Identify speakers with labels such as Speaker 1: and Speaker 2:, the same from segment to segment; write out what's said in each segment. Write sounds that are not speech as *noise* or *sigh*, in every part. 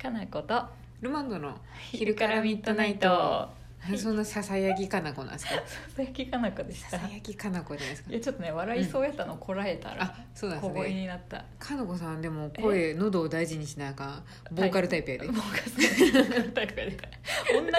Speaker 1: かなこと
Speaker 2: ルマンドの
Speaker 1: 昼からミッドナイトい
Speaker 2: そんなささやぎかなこなんですか
Speaker 1: さ *laughs* さやきかなこでし
Speaker 2: さ
Speaker 1: た
Speaker 2: さ
Speaker 1: い
Speaker 2: やきかなこじゃないですか
Speaker 1: やちょっとね笑いそうやったのこらえたら、
Speaker 2: あそうなんで
Speaker 1: 小
Speaker 2: す
Speaker 1: 声
Speaker 2: ね
Speaker 1: になった
Speaker 2: かなこさんでも声喉を大事にしなあかんボーカルタイプやで
Speaker 1: ボーカルボーカルタイプやで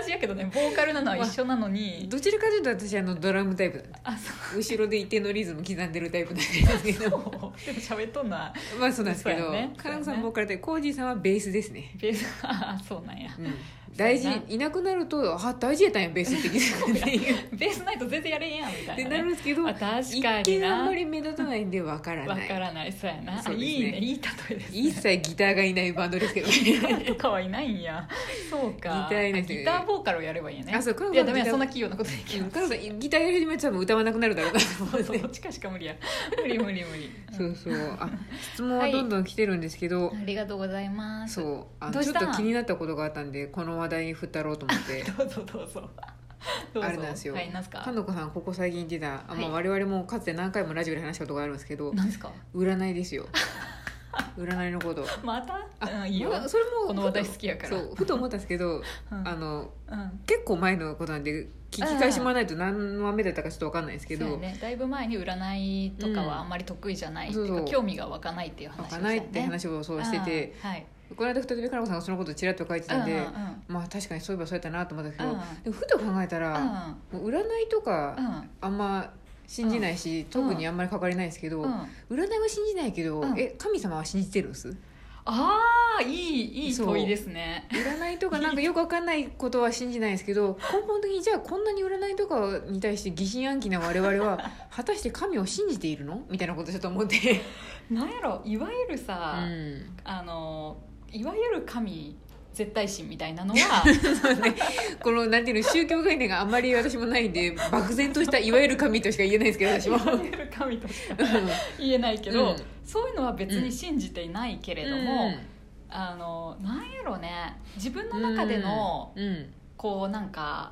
Speaker 1: 同じやけどねボーカルなのは一緒なのに、
Speaker 2: どちらかというと私あのドラムタイプなんで
Speaker 1: あそ
Speaker 2: 後ろで一定のリズム刻んでるタイプなんですけ
Speaker 1: うで
Speaker 2: ど
Speaker 1: も喋っとんな
Speaker 2: まあそうなんですけ
Speaker 1: そ
Speaker 2: ど、
Speaker 1: うやね
Speaker 2: かなこさんボーカルタイプコージーさんはベースですね、
Speaker 1: ベースあそうなんや
Speaker 2: うん、大事
Speaker 1: そうやない
Speaker 2: なくなるとあ大事やったんやベースって気づくっ
Speaker 1: *laughs*
Speaker 2: ていう
Speaker 1: ベースないと全然やれんやんみた
Speaker 2: っ
Speaker 1: い
Speaker 2: て
Speaker 1: な,、
Speaker 2: な
Speaker 1: ね
Speaker 2: るんですけど
Speaker 1: あ確
Speaker 2: 一
Speaker 1: かに
Speaker 2: 見あん
Speaker 1: な
Speaker 2: まり目立たないんでわから
Speaker 1: わ
Speaker 2: ない
Speaker 1: からないそうやなあ
Speaker 2: そうですね
Speaker 1: いいねいい例えですね
Speaker 2: 一切ギターがいないバンドですけどね
Speaker 1: *laughs* とかはいないんやそうか
Speaker 2: ギターいな
Speaker 1: あ
Speaker 2: い
Speaker 1: ギターボーカルをやればいいよね
Speaker 2: あそうこれはい
Speaker 1: やダメや
Speaker 2: ギター
Speaker 1: そんな器用なことでき
Speaker 2: う
Speaker 1: なんい
Speaker 2: *laughs* 彼女ギターやり始めたら多分歌わなくなるだろうなと思
Speaker 1: そううんそう
Speaker 2: で
Speaker 1: どっちかしか無理や無理無理無理
Speaker 2: そうそうあ質問はどんどん来てるんですけど、
Speaker 1: ありがとうございます
Speaker 2: そうあ
Speaker 1: ど
Speaker 2: の
Speaker 1: う
Speaker 2: ちょ
Speaker 1: し
Speaker 2: ったと気になったことがあったんでこの話題に振ったろうと思って
Speaker 1: どうぞどう
Speaker 2: *laughs*
Speaker 1: ぞどうぞ
Speaker 2: あれなんですよ
Speaker 1: はいなんす
Speaker 2: か
Speaker 1: か
Speaker 2: のこさんここ最近出た、あま
Speaker 1: は
Speaker 2: あ、我々もかつて何回もラジオで話したことがあるんですけど
Speaker 1: なんすか
Speaker 2: 占いですよ占いのこと
Speaker 1: またうんいいよ
Speaker 2: まあそれも
Speaker 1: この話題好きやから
Speaker 2: そうふと思ったんですけど
Speaker 1: うん
Speaker 2: あの
Speaker 1: うん
Speaker 2: 結構前のことなんで聞き返してもらわないと何の目だったかちょっと分かんないですけ
Speaker 1: そう
Speaker 2: ど、
Speaker 1: やねだいぶ前に占いとかはあんまり得意じゃないっていうか、
Speaker 2: うんそうそう
Speaker 1: 興味が湧かないっていう話を
Speaker 2: 分
Speaker 1: した
Speaker 2: か
Speaker 1: よ
Speaker 2: ん
Speaker 1: ね
Speaker 2: ないって話をそうしてて、
Speaker 1: うんはい
Speaker 2: この間再びかなこさんがそのことをちらっと書いてたんで、
Speaker 1: うんうんうん
Speaker 2: まあ確かにそういえばそうやったなと思ったんですけど、
Speaker 1: うん
Speaker 2: でもふと考えた
Speaker 1: う
Speaker 2: ら、
Speaker 1: ん
Speaker 2: もう占いとかあんま信じないし、特にあんまり関わりないですけど、
Speaker 1: うんうん
Speaker 2: 占いは信じないけど、
Speaker 1: うん
Speaker 2: え神様は信じてるんです
Speaker 1: ああいいいい問いですね
Speaker 2: 占いとか
Speaker 1: *laughs*
Speaker 2: なんかよく分かんないことは信じないんですけど根本的にじゃあこんなに占いとかに対して疑心暗鬼な我々は果たして神を信じているのみたいなことちょっと思って。
Speaker 1: なんやろいわゆるさ、
Speaker 2: うん
Speaker 1: あのいわゆる神絶対神みたいなの
Speaker 2: *laughs*
Speaker 1: は
Speaker 2: このなんていうの宗教概念があんまり私もないんで漠然としたいわゆる神としか言えないですけど私
Speaker 1: い
Speaker 2: も。
Speaker 1: わゆる神としか言えないけど、
Speaker 2: うん
Speaker 1: そういうのは別に信じていないけれども、
Speaker 2: うん
Speaker 1: あのなんやろね自分の中での、
Speaker 2: うん
Speaker 1: こうなんか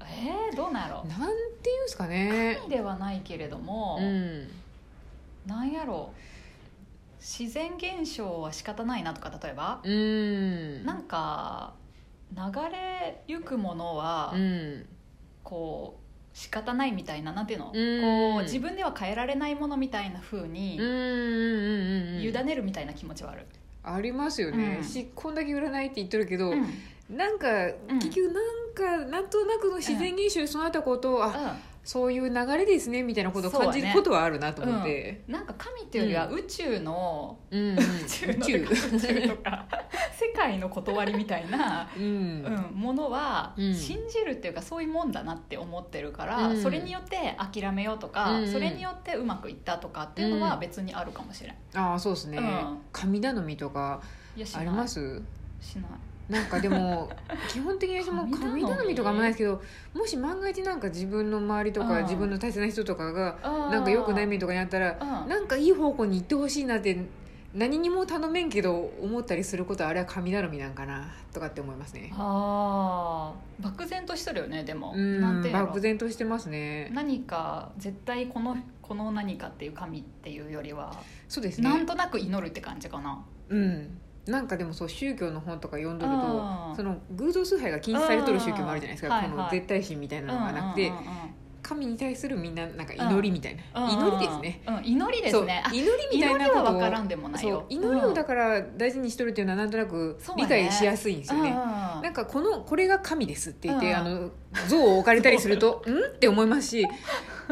Speaker 1: えー、どうなんやろ
Speaker 2: なんていうんですかね、
Speaker 1: 神ではないけれども、
Speaker 2: うん、
Speaker 1: なんやろ自然現象は仕方ないなとか例えば、
Speaker 2: うん、
Speaker 1: なんか流れゆくものは、
Speaker 2: うん、
Speaker 1: こう仕方ないみたいななんていうの、
Speaker 2: うん
Speaker 1: こう自分では変えられないものみたいな風
Speaker 2: うんうん
Speaker 1: に
Speaker 2: うんうん
Speaker 1: 委ねるみたいな気持ちはある、
Speaker 2: ありますよね、
Speaker 1: うん
Speaker 2: しこんだけ占いって言ってるけど、
Speaker 1: うんうん
Speaker 2: なんか、
Speaker 1: ん
Speaker 2: 結局なんかなんとなくの自然現象に備えたことを、あそういう流れですねみたいなことを感じることはあるなと思って、
Speaker 1: なんか神っていうよりは宇宙の、
Speaker 2: うんう
Speaker 1: 宇
Speaker 2: ん、
Speaker 1: 宙の宇宙とか世界の断りみたいな、
Speaker 2: *laughs* う
Speaker 1: うんん、ものは
Speaker 2: うん
Speaker 1: 信じるっていうかそういうもんだなって思ってるから、
Speaker 2: うん
Speaker 1: それによって諦めようとか、
Speaker 2: うん
Speaker 1: それによってうまくいったとかっていうのは
Speaker 2: うん
Speaker 1: 別にあるかもしれない。
Speaker 2: ああそうですね、
Speaker 1: うん
Speaker 2: 神頼みとか
Speaker 1: いやしな
Speaker 2: あ
Speaker 1: い
Speaker 2: ります
Speaker 1: しない
Speaker 2: なんか
Speaker 1: *laughs*
Speaker 2: でも基本的に私も
Speaker 1: 神
Speaker 2: 神
Speaker 1: 頼み
Speaker 2: 頼みとかもないですけどもし万が一なんか自分の周りと
Speaker 1: う
Speaker 2: か
Speaker 1: ん
Speaker 2: 自分の大切な人とかが
Speaker 1: な
Speaker 2: なんか良くない面とかにあったら
Speaker 1: うん
Speaker 2: なんかいい方向に行ってほしいなって何にも頼めんけど思ったりすることあれは神頼みなんかなとかって思いますね
Speaker 1: あー漠然としてるよねでも
Speaker 2: うん
Speaker 1: なんていうの
Speaker 2: 漠然としてますね
Speaker 1: 何か絶対このこの何かっていう神っていうよりは、
Speaker 2: そうです
Speaker 1: なん
Speaker 2: ね
Speaker 1: となく祈るって感じかな
Speaker 2: うんなんかでもそう宗教の本とか読んどる
Speaker 1: う
Speaker 2: と
Speaker 1: ん
Speaker 2: その偶像崇拝が禁止されとる宗教もあるじゃないです
Speaker 1: うん
Speaker 2: か
Speaker 1: はい
Speaker 2: こ
Speaker 1: はい
Speaker 2: の絶対心みたいなのがなくて
Speaker 1: うんうん
Speaker 2: 神に対するみんななんか祈りみたい
Speaker 1: うんうん
Speaker 2: な祈りですね、
Speaker 1: うん、祈りですね
Speaker 2: そう
Speaker 1: あ
Speaker 2: 祈りみたいな
Speaker 1: 祈
Speaker 2: こ
Speaker 1: りは
Speaker 2: と
Speaker 1: 分から
Speaker 2: を
Speaker 1: んでもない
Speaker 2: そう
Speaker 1: よ
Speaker 2: 祈りをだから大事にしとるっていうのはなんとなく
Speaker 1: そうや
Speaker 2: 理
Speaker 1: ね
Speaker 2: 解しやすいんですよね。
Speaker 1: うんうん
Speaker 2: なんかこのこれが神ですって言って、
Speaker 1: うん
Speaker 2: あの像を置かれたりす
Speaker 1: *laughs*
Speaker 2: ると「ん?」って思いますし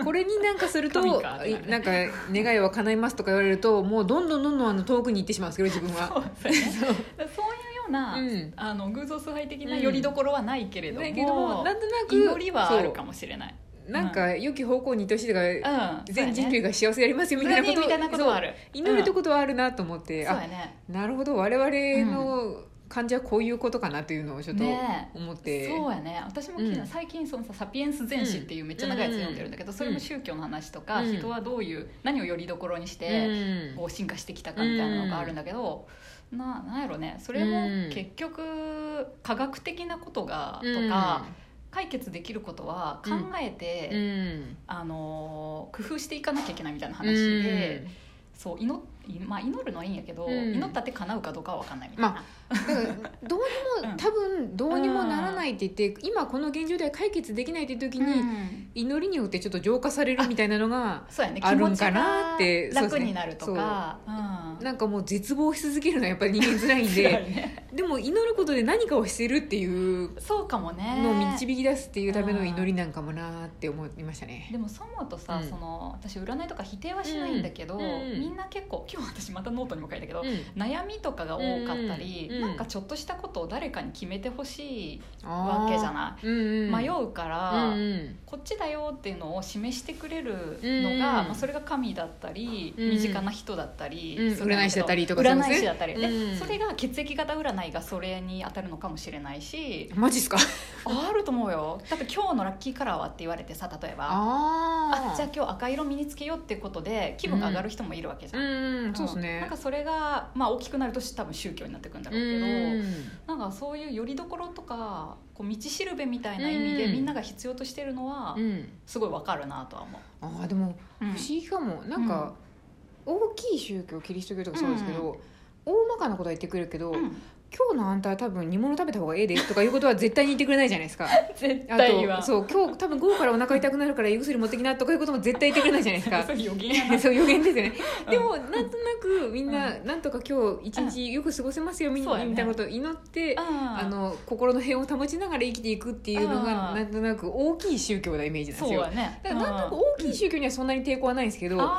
Speaker 2: これになんかする
Speaker 1: 神
Speaker 2: と
Speaker 1: かってなる
Speaker 2: なんか「願いは叶います」とか言われるともうどんどんどんどんあの遠くに行ってしまうんですけど自分は。 *laughs*
Speaker 1: そうやねだからそういうような、
Speaker 2: うん
Speaker 1: あの偶像崇拝的なよりどころはないけれども,、
Speaker 2: だけどもなんとなく
Speaker 1: 祈りはあるか
Speaker 2: も
Speaker 1: もしれない、
Speaker 2: なんか良き方向に行ってほしいとか、
Speaker 1: うん、
Speaker 2: 全人類が幸せやりますよみ
Speaker 1: み
Speaker 2: た
Speaker 1: た
Speaker 2: いなこと
Speaker 1: みたいなことはある
Speaker 2: そう祈るって
Speaker 1: こ
Speaker 2: ことはあるなと思って、
Speaker 1: そう
Speaker 2: あ
Speaker 1: やね
Speaker 2: なるほど我々の感じはこういうことかなというのをちょっと
Speaker 1: ね
Speaker 2: 思って、
Speaker 1: そうやね私も聞いた、
Speaker 2: うん
Speaker 1: 最近そのさ「サピエンス全史」っていうめっちゃ長いやつ読んでるんだけど、それも宗教の話とか、
Speaker 2: うん
Speaker 1: 人はどういう何をよりどころにして、こう進化してきたかみたいなのがあるんだけど、ななんやろねそれ
Speaker 2: うん
Speaker 1: も結局科学的なことが
Speaker 2: う
Speaker 1: と
Speaker 2: ん
Speaker 1: か、、解決できることは考えて、
Speaker 2: うん
Speaker 1: あのー工夫していかなきゃいけないみたいな話で、そう祈いまあ、祈るのはいいんやけど、
Speaker 2: うん
Speaker 1: 祈ったって叶うかどうかは分かんないみたいな、
Speaker 2: まだからどうに
Speaker 1: うん
Speaker 2: も多分どうにもならないって言って今この現状では解決できないっていう時に、
Speaker 1: うん
Speaker 2: 祈りによってちょっと浄化されるみたいなのが
Speaker 1: そうやね
Speaker 2: あ
Speaker 1: 気
Speaker 2: る
Speaker 1: 持
Speaker 2: ん
Speaker 1: ち
Speaker 2: かな
Speaker 1: が
Speaker 2: ってそうです
Speaker 1: 楽
Speaker 2: ね
Speaker 1: になるとかう,、
Speaker 2: なんかもう絶望し続けるのはやっぱり人間辛いん
Speaker 1: ん辛
Speaker 2: で
Speaker 1: いね、
Speaker 2: でも祈ることで何かをしてるっていう
Speaker 1: *laughs* そうかもね
Speaker 2: のを導き出すっていうための祈りなんかもなーって思いましたね
Speaker 1: でもそう思うとさ、
Speaker 2: うん
Speaker 1: その私占いとか否定はしないんだけど、
Speaker 2: うんうん
Speaker 1: みんな結構今日私またノートにも書いたけど、
Speaker 2: うん
Speaker 1: 悩みとかが多かったり、
Speaker 2: うんうん
Speaker 1: なんかちょっとしたことを誰かに決めてほしい
Speaker 2: あー
Speaker 1: わけじゃない、
Speaker 2: うんうん
Speaker 1: 迷うから、
Speaker 2: うんうん
Speaker 1: こっちだよっていうのを示してくれるのが、
Speaker 2: うん
Speaker 1: まあ、それが神だったり、
Speaker 2: うん
Speaker 1: 身近な人だったり、
Speaker 2: うん
Speaker 1: するんだ
Speaker 2: 占い
Speaker 1: けど
Speaker 2: 師だったりとかそうですね
Speaker 1: 占い師だったりで、
Speaker 2: うん
Speaker 1: それが血液型占いがそれに当たるのかもしれないし
Speaker 2: マジっすか
Speaker 1: あると思うよだって今日のラッキーカラーはって言われてさ例えば
Speaker 2: あ
Speaker 1: あじゃあ今日赤色身につけようってことで気分が上がる人もいるわけじゃ、
Speaker 2: うんんうんそうです
Speaker 1: ん
Speaker 2: ね
Speaker 1: なんかそれが、まあ、大きくなると多分宗教になってくんだろうけど、なんかそういうよりどころとかこう道しるべみたいな意味で
Speaker 2: うん
Speaker 1: みんなが必要としてるのは
Speaker 2: うんうん
Speaker 1: すごいわかるなとは思
Speaker 2: あーでも
Speaker 1: う、う
Speaker 2: 不
Speaker 1: ん
Speaker 2: 思議かもなんか大きい宗教キリスト教とかそうですけど大まかなことは言ってくるけど
Speaker 1: う
Speaker 2: 今
Speaker 1: ん
Speaker 2: 日のあんたは多分煮物食べた方がええでとかいうことは絶対に言ってくれないじゃないですか
Speaker 1: 絶
Speaker 2: あ
Speaker 1: 対は
Speaker 2: とそう今日多分午後からお腹痛くなるから胃薬持ってきなとかいうことも絶対言ってくれないじゃないですか
Speaker 1: *laughs* それ予言やな
Speaker 2: *laughs* そう予言ですよね
Speaker 1: うん
Speaker 2: でもなんとなくみんな、
Speaker 1: う
Speaker 2: なんとか今日一日よく過ごせますよ、みん
Speaker 1: そう
Speaker 2: な
Speaker 1: やね
Speaker 2: みたいなことを祈って、
Speaker 1: うん
Speaker 2: あの心の平穏を保ちながら生きていくっていうのが、
Speaker 1: うん
Speaker 2: なんとなく大きい宗教なイメージなん
Speaker 1: そ
Speaker 2: で
Speaker 1: う
Speaker 2: すよ
Speaker 1: だね
Speaker 2: だからなんとなく大きい宗教にはそんなに抵抗はないんですけど、そうこ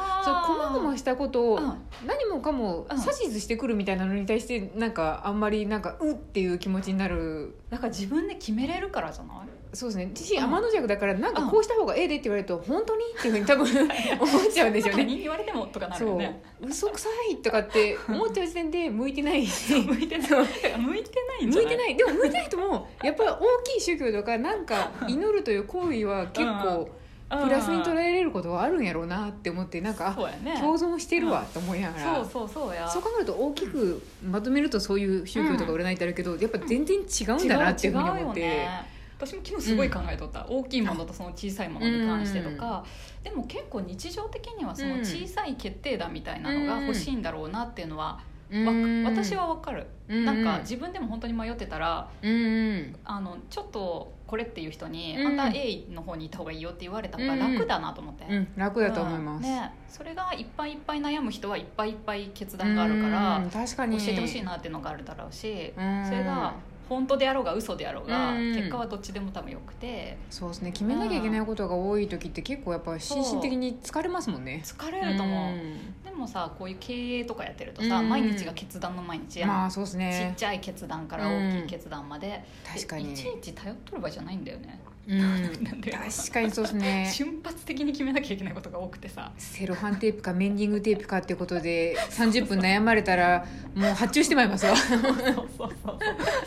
Speaker 2: まごましたことを
Speaker 1: うん
Speaker 2: 何もかも
Speaker 1: うん
Speaker 2: 指図してくるみたいなのに対してなんかあんまりなんかうっていう気持ちになる
Speaker 1: だから自分で決めれるからじゃない
Speaker 2: そうですね
Speaker 1: う
Speaker 2: 自
Speaker 1: ん
Speaker 2: 身天の弱だからなんかこうした方がええでって言われると本当に *laughs* っていうふうに多分思っちゃうんですよ
Speaker 1: 他
Speaker 2: ね
Speaker 1: 人に言われてもとかなる
Speaker 2: そ
Speaker 1: よ
Speaker 2: う
Speaker 1: ね
Speaker 2: 嘘くさいとかって思っちゃう時点で向いてな
Speaker 1: *laughs*
Speaker 2: いし
Speaker 1: 向いてない向いてないんじゃ
Speaker 2: 向いて
Speaker 1: い
Speaker 2: ないでも向いてないともやっぱり大きい宗教とかなんか祈るという行為は結構プラスに捉
Speaker 1: え
Speaker 2: えられることはあるんやろうなって思ってなんか
Speaker 1: そうやね
Speaker 2: あ共存してるわと思いながら、
Speaker 1: そうそうそうや
Speaker 2: そう考えると大きくまとめるとそういう宗教とか占いってあるけど、やっぱ全然違うんだなっていうふうに思って。
Speaker 1: 違う違うよね私も昨日すごい考えとった、大きいものとその小さいものに関してとか、でも結構日常的にはその小さい決定打みたいなのが欲しいんだろうなっていうのは、わ
Speaker 2: うん
Speaker 1: 私、は分かる、
Speaker 2: う
Speaker 1: なんか自分でも本当に迷ってたら
Speaker 2: うんうん
Speaker 1: あのちょっとこれっていう人に「
Speaker 2: うん
Speaker 1: あんた A の方に行った方がいいよ」って言われたから楽だなと思って、
Speaker 2: うん、楽だと思います、
Speaker 1: うんね、それがいっぱいいっぱい悩む人はいっぱいいっぱい決断があるから
Speaker 2: うん確
Speaker 1: 教
Speaker 2: かに
Speaker 1: えてほしいなっていうのがあるだろうし
Speaker 2: うん
Speaker 1: それが本当であろうが嘘であろうが
Speaker 2: うん
Speaker 1: 結果はどっちでも多分よくて
Speaker 2: そうですね決めなきゃいけないことが多い時って結構やっぱ心身的に疲れますもんね
Speaker 1: 疲れると思う、
Speaker 2: ん
Speaker 1: でもさこういう経営とかやってるとさ、
Speaker 2: うん
Speaker 1: 毎日が決断の毎日やん、
Speaker 2: まあそうです
Speaker 1: ちっ
Speaker 2: ね
Speaker 1: ちゃい決断から大きい決断まで,で、
Speaker 2: 確かに
Speaker 1: いちいち頼っとる場合じゃないんだよね、
Speaker 2: うん
Speaker 1: なんで
Speaker 2: 確かにそうですね
Speaker 1: 瞬発的に決めなきゃいけないことが多くて
Speaker 2: *laughs*
Speaker 1: さ
Speaker 2: セロハンテープかメンディングテープかっていうことで30分悩まれたらもう発注してまいりますわ
Speaker 1: そうそうそう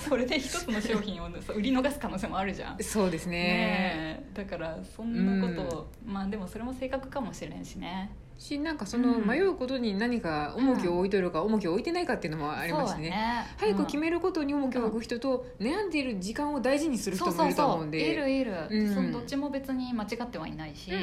Speaker 1: それで一つの商品をさ売り逃す可能性もあるじゃん
Speaker 2: そうですね
Speaker 1: ねえだからそんなことを、まあでもそれも性格かもしれんしね
Speaker 2: しなんかその
Speaker 1: うん
Speaker 2: 迷うことに何か重きを置いとるか重きを置いてないかっていうのもあります
Speaker 1: そう
Speaker 2: し
Speaker 1: や
Speaker 2: ね早く決
Speaker 1: うん
Speaker 2: めることに重きを置く人と悩んでいる時間を大事にする
Speaker 1: そ
Speaker 2: 人
Speaker 1: うそ
Speaker 2: もいうると
Speaker 1: そ
Speaker 2: 思
Speaker 1: う
Speaker 2: う
Speaker 1: んい
Speaker 2: で
Speaker 1: るいる、
Speaker 2: うん
Speaker 1: そのどっちも別に間違ってはいないし、うん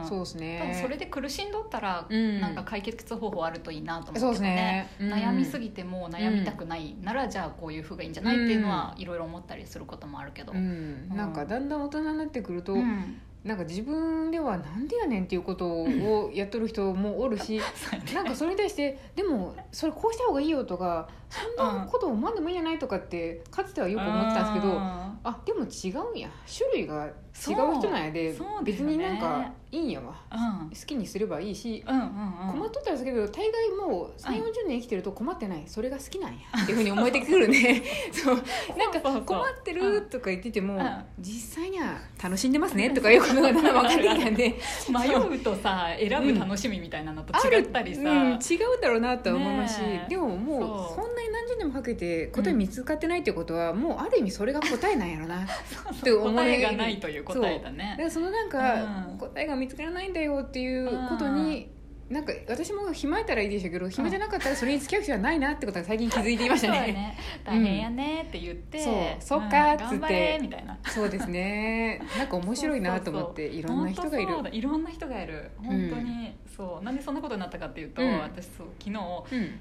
Speaker 2: うんそうです
Speaker 1: 多分
Speaker 2: ね
Speaker 1: それで苦しんどったら、
Speaker 2: うん
Speaker 1: なんか解決方法あるといいなと
Speaker 2: そ
Speaker 1: 思う
Speaker 2: うで
Speaker 1: け
Speaker 2: す
Speaker 1: どね
Speaker 2: ね、うん
Speaker 1: 悩みすぎても悩みたくないならじゃあこういう風がいいんじゃないっていうのはいろいろ思ったりすることもあるけど、
Speaker 2: うん、なんかだんだん大人になってくると、
Speaker 1: うん
Speaker 2: なんか自分ではなんでやねんっていうことをやっとる人もおるし、
Speaker 1: *laughs* そうやね
Speaker 2: なんかそれに対してでもそれこうした方がいいよとかそんなこと思わんでもいいんじゃないとかってかつてはよく思ってたんですけど、
Speaker 1: うん
Speaker 2: あでも違うんや種類が違
Speaker 1: そう
Speaker 2: う人なんやで、
Speaker 1: そうだよね
Speaker 2: 別になんかいいんやわ
Speaker 1: うん
Speaker 2: 好きにすればいいし。
Speaker 1: うんうんうん
Speaker 2: 困っとったらですけど大概もう3 4 0年生きてると困ってないそれが好きなんやっていうふうに思えてくるんでそうなんか
Speaker 1: *laughs* そうそう
Speaker 2: 困ってるとか言ってても、
Speaker 1: うん
Speaker 2: 実際には楽しんでますねとかいうことがだんだん分かってきたんで
Speaker 1: *laughs* 迷うとさ選ぶ楽しみみたいなのと違ったりさ、
Speaker 2: うん、違うだろうなとは思いますし、
Speaker 1: ねえ
Speaker 2: でももう
Speaker 1: そう
Speaker 2: そんなに何十年もかけて答え見つかってないってことは、もうある意味それが答えなんや
Speaker 1: *laughs*
Speaker 2: ろなだかって思え
Speaker 1: 答
Speaker 2: る
Speaker 1: えが
Speaker 2: *laughs*
Speaker 1: ないという答えだね
Speaker 2: らそのなんか、
Speaker 1: うん
Speaker 2: 答えが見つからないんだよっていうことになんか私も暇やったらいいでしょうけど暇じゃなかったらそれに付き合う人はないなってことが最近気づいていました
Speaker 1: そうだ
Speaker 2: ね
Speaker 1: ね大変やねって言って、
Speaker 2: うんそうそっかっつって
Speaker 1: うん頑張れみたいな
Speaker 2: そうですねなんか面白いなと思っていろんな人がいる
Speaker 1: 本当そうだいろんな人がいる本当に、そうなんでそんなことになったかっていうと、
Speaker 2: うん
Speaker 1: 私そう昨日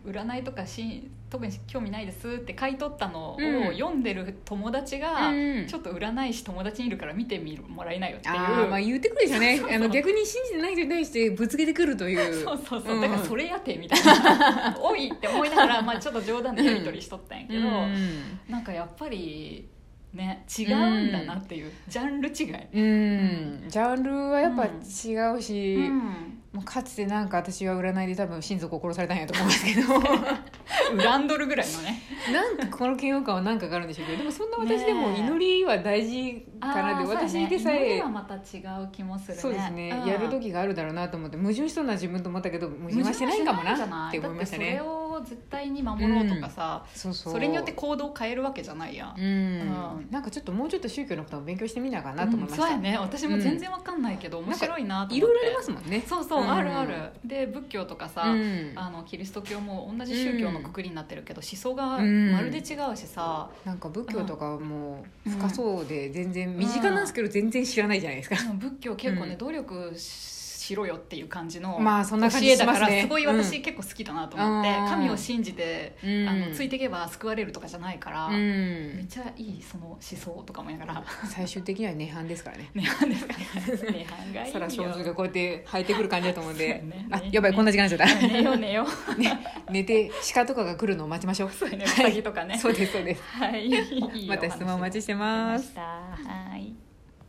Speaker 2: うん
Speaker 1: 占いとかし特に興味ないですって買い取ったのを
Speaker 2: うん
Speaker 1: 読んでる友達が、
Speaker 2: うん
Speaker 1: ちょっと占い師友達にいるから見てみるもらえないよってい
Speaker 2: あー
Speaker 1: う、
Speaker 2: まあ言ってくるでしょうね
Speaker 1: そうそう
Speaker 2: あの逆に信じてない人に対してぶつけてくるという
Speaker 1: そうそうそう、
Speaker 2: ん
Speaker 1: だからそれやてみたい
Speaker 2: *laughs*
Speaker 1: なおいって思いながら、まあ、ちょっと冗談でやり取りしとったんやけど、
Speaker 2: うん
Speaker 1: なんかやっぱりね違うんだなっていう、ジャンル違い、
Speaker 2: うんジャンルはやっぱ違うし、
Speaker 1: うん、
Speaker 2: もうかつてなんか私は占いで多分親族を殺されたんやと思うんです
Speaker 1: *laughs*
Speaker 2: けど
Speaker 1: 恨んどるぐらいのね
Speaker 2: *laughs* なんかこの嫌悪感は何かがあるんでしょうけどでもそんな私でも祈りは大事からで、
Speaker 1: あーそうや
Speaker 2: 私
Speaker 1: ね
Speaker 2: でさ
Speaker 1: 今
Speaker 2: え
Speaker 1: のはまた違う気もするね
Speaker 2: そうですね、
Speaker 1: うん
Speaker 2: やる時があるだろうなと思って矛盾しそうな自分と思ったけど矛盾はしてないんかもなって思いました
Speaker 1: だ
Speaker 2: ね
Speaker 1: ってそれを絶対に守ろうとかさ、
Speaker 2: そうそう
Speaker 1: それによって行動を変えるわけじゃないや
Speaker 2: うん、
Speaker 1: うん
Speaker 2: なんかちょっともうちょっと宗教のことも勉強してみなあかんなと思いました、
Speaker 1: うんそうやね私も全然わかんないけど、面白いなと思って
Speaker 2: いろいろありますもんね
Speaker 1: そうそう、
Speaker 2: うん
Speaker 1: あるあるで仏教とかさ、
Speaker 2: うん
Speaker 1: あのキリスト教も同じ宗教のくくりになってるけど、思想が
Speaker 2: うん
Speaker 1: まるで違うしさ、
Speaker 2: なんか仏教とかも深そうで全然身近なんですけど全然知らないじゃないですか、
Speaker 1: でも仏教結構ね、
Speaker 2: うん
Speaker 1: 努力しろよっていう感じの
Speaker 2: まあそんな
Speaker 1: 教
Speaker 2: 感
Speaker 1: え
Speaker 2: じし
Speaker 1: だ
Speaker 2: ま
Speaker 1: か
Speaker 2: す
Speaker 1: ら
Speaker 2: ね
Speaker 1: すごい私結構好きだなと思って、
Speaker 2: うん
Speaker 1: 神を信じて、
Speaker 2: うん
Speaker 1: あのついていけば救われるとかじゃないから、
Speaker 2: うん
Speaker 1: めっちゃいいその思想とか思いながら
Speaker 2: 最終的には涅槃ですからね
Speaker 1: 涅槃ですかね涅槃がいいよ
Speaker 2: 空少女がこうやって生えてくる感じだと思うんで、
Speaker 1: そうね
Speaker 2: あやばいこんな時間になっちゃった、
Speaker 1: 寝よう
Speaker 2: *laughs*
Speaker 1: 寝よう
Speaker 2: 寝て鹿とかが来るのを待ちましょう
Speaker 1: そうねうさぎとかね
Speaker 2: そうですそうです
Speaker 1: はいいいお話
Speaker 2: また質問お待ちして
Speaker 1: してま
Speaker 2: ます
Speaker 1: したはい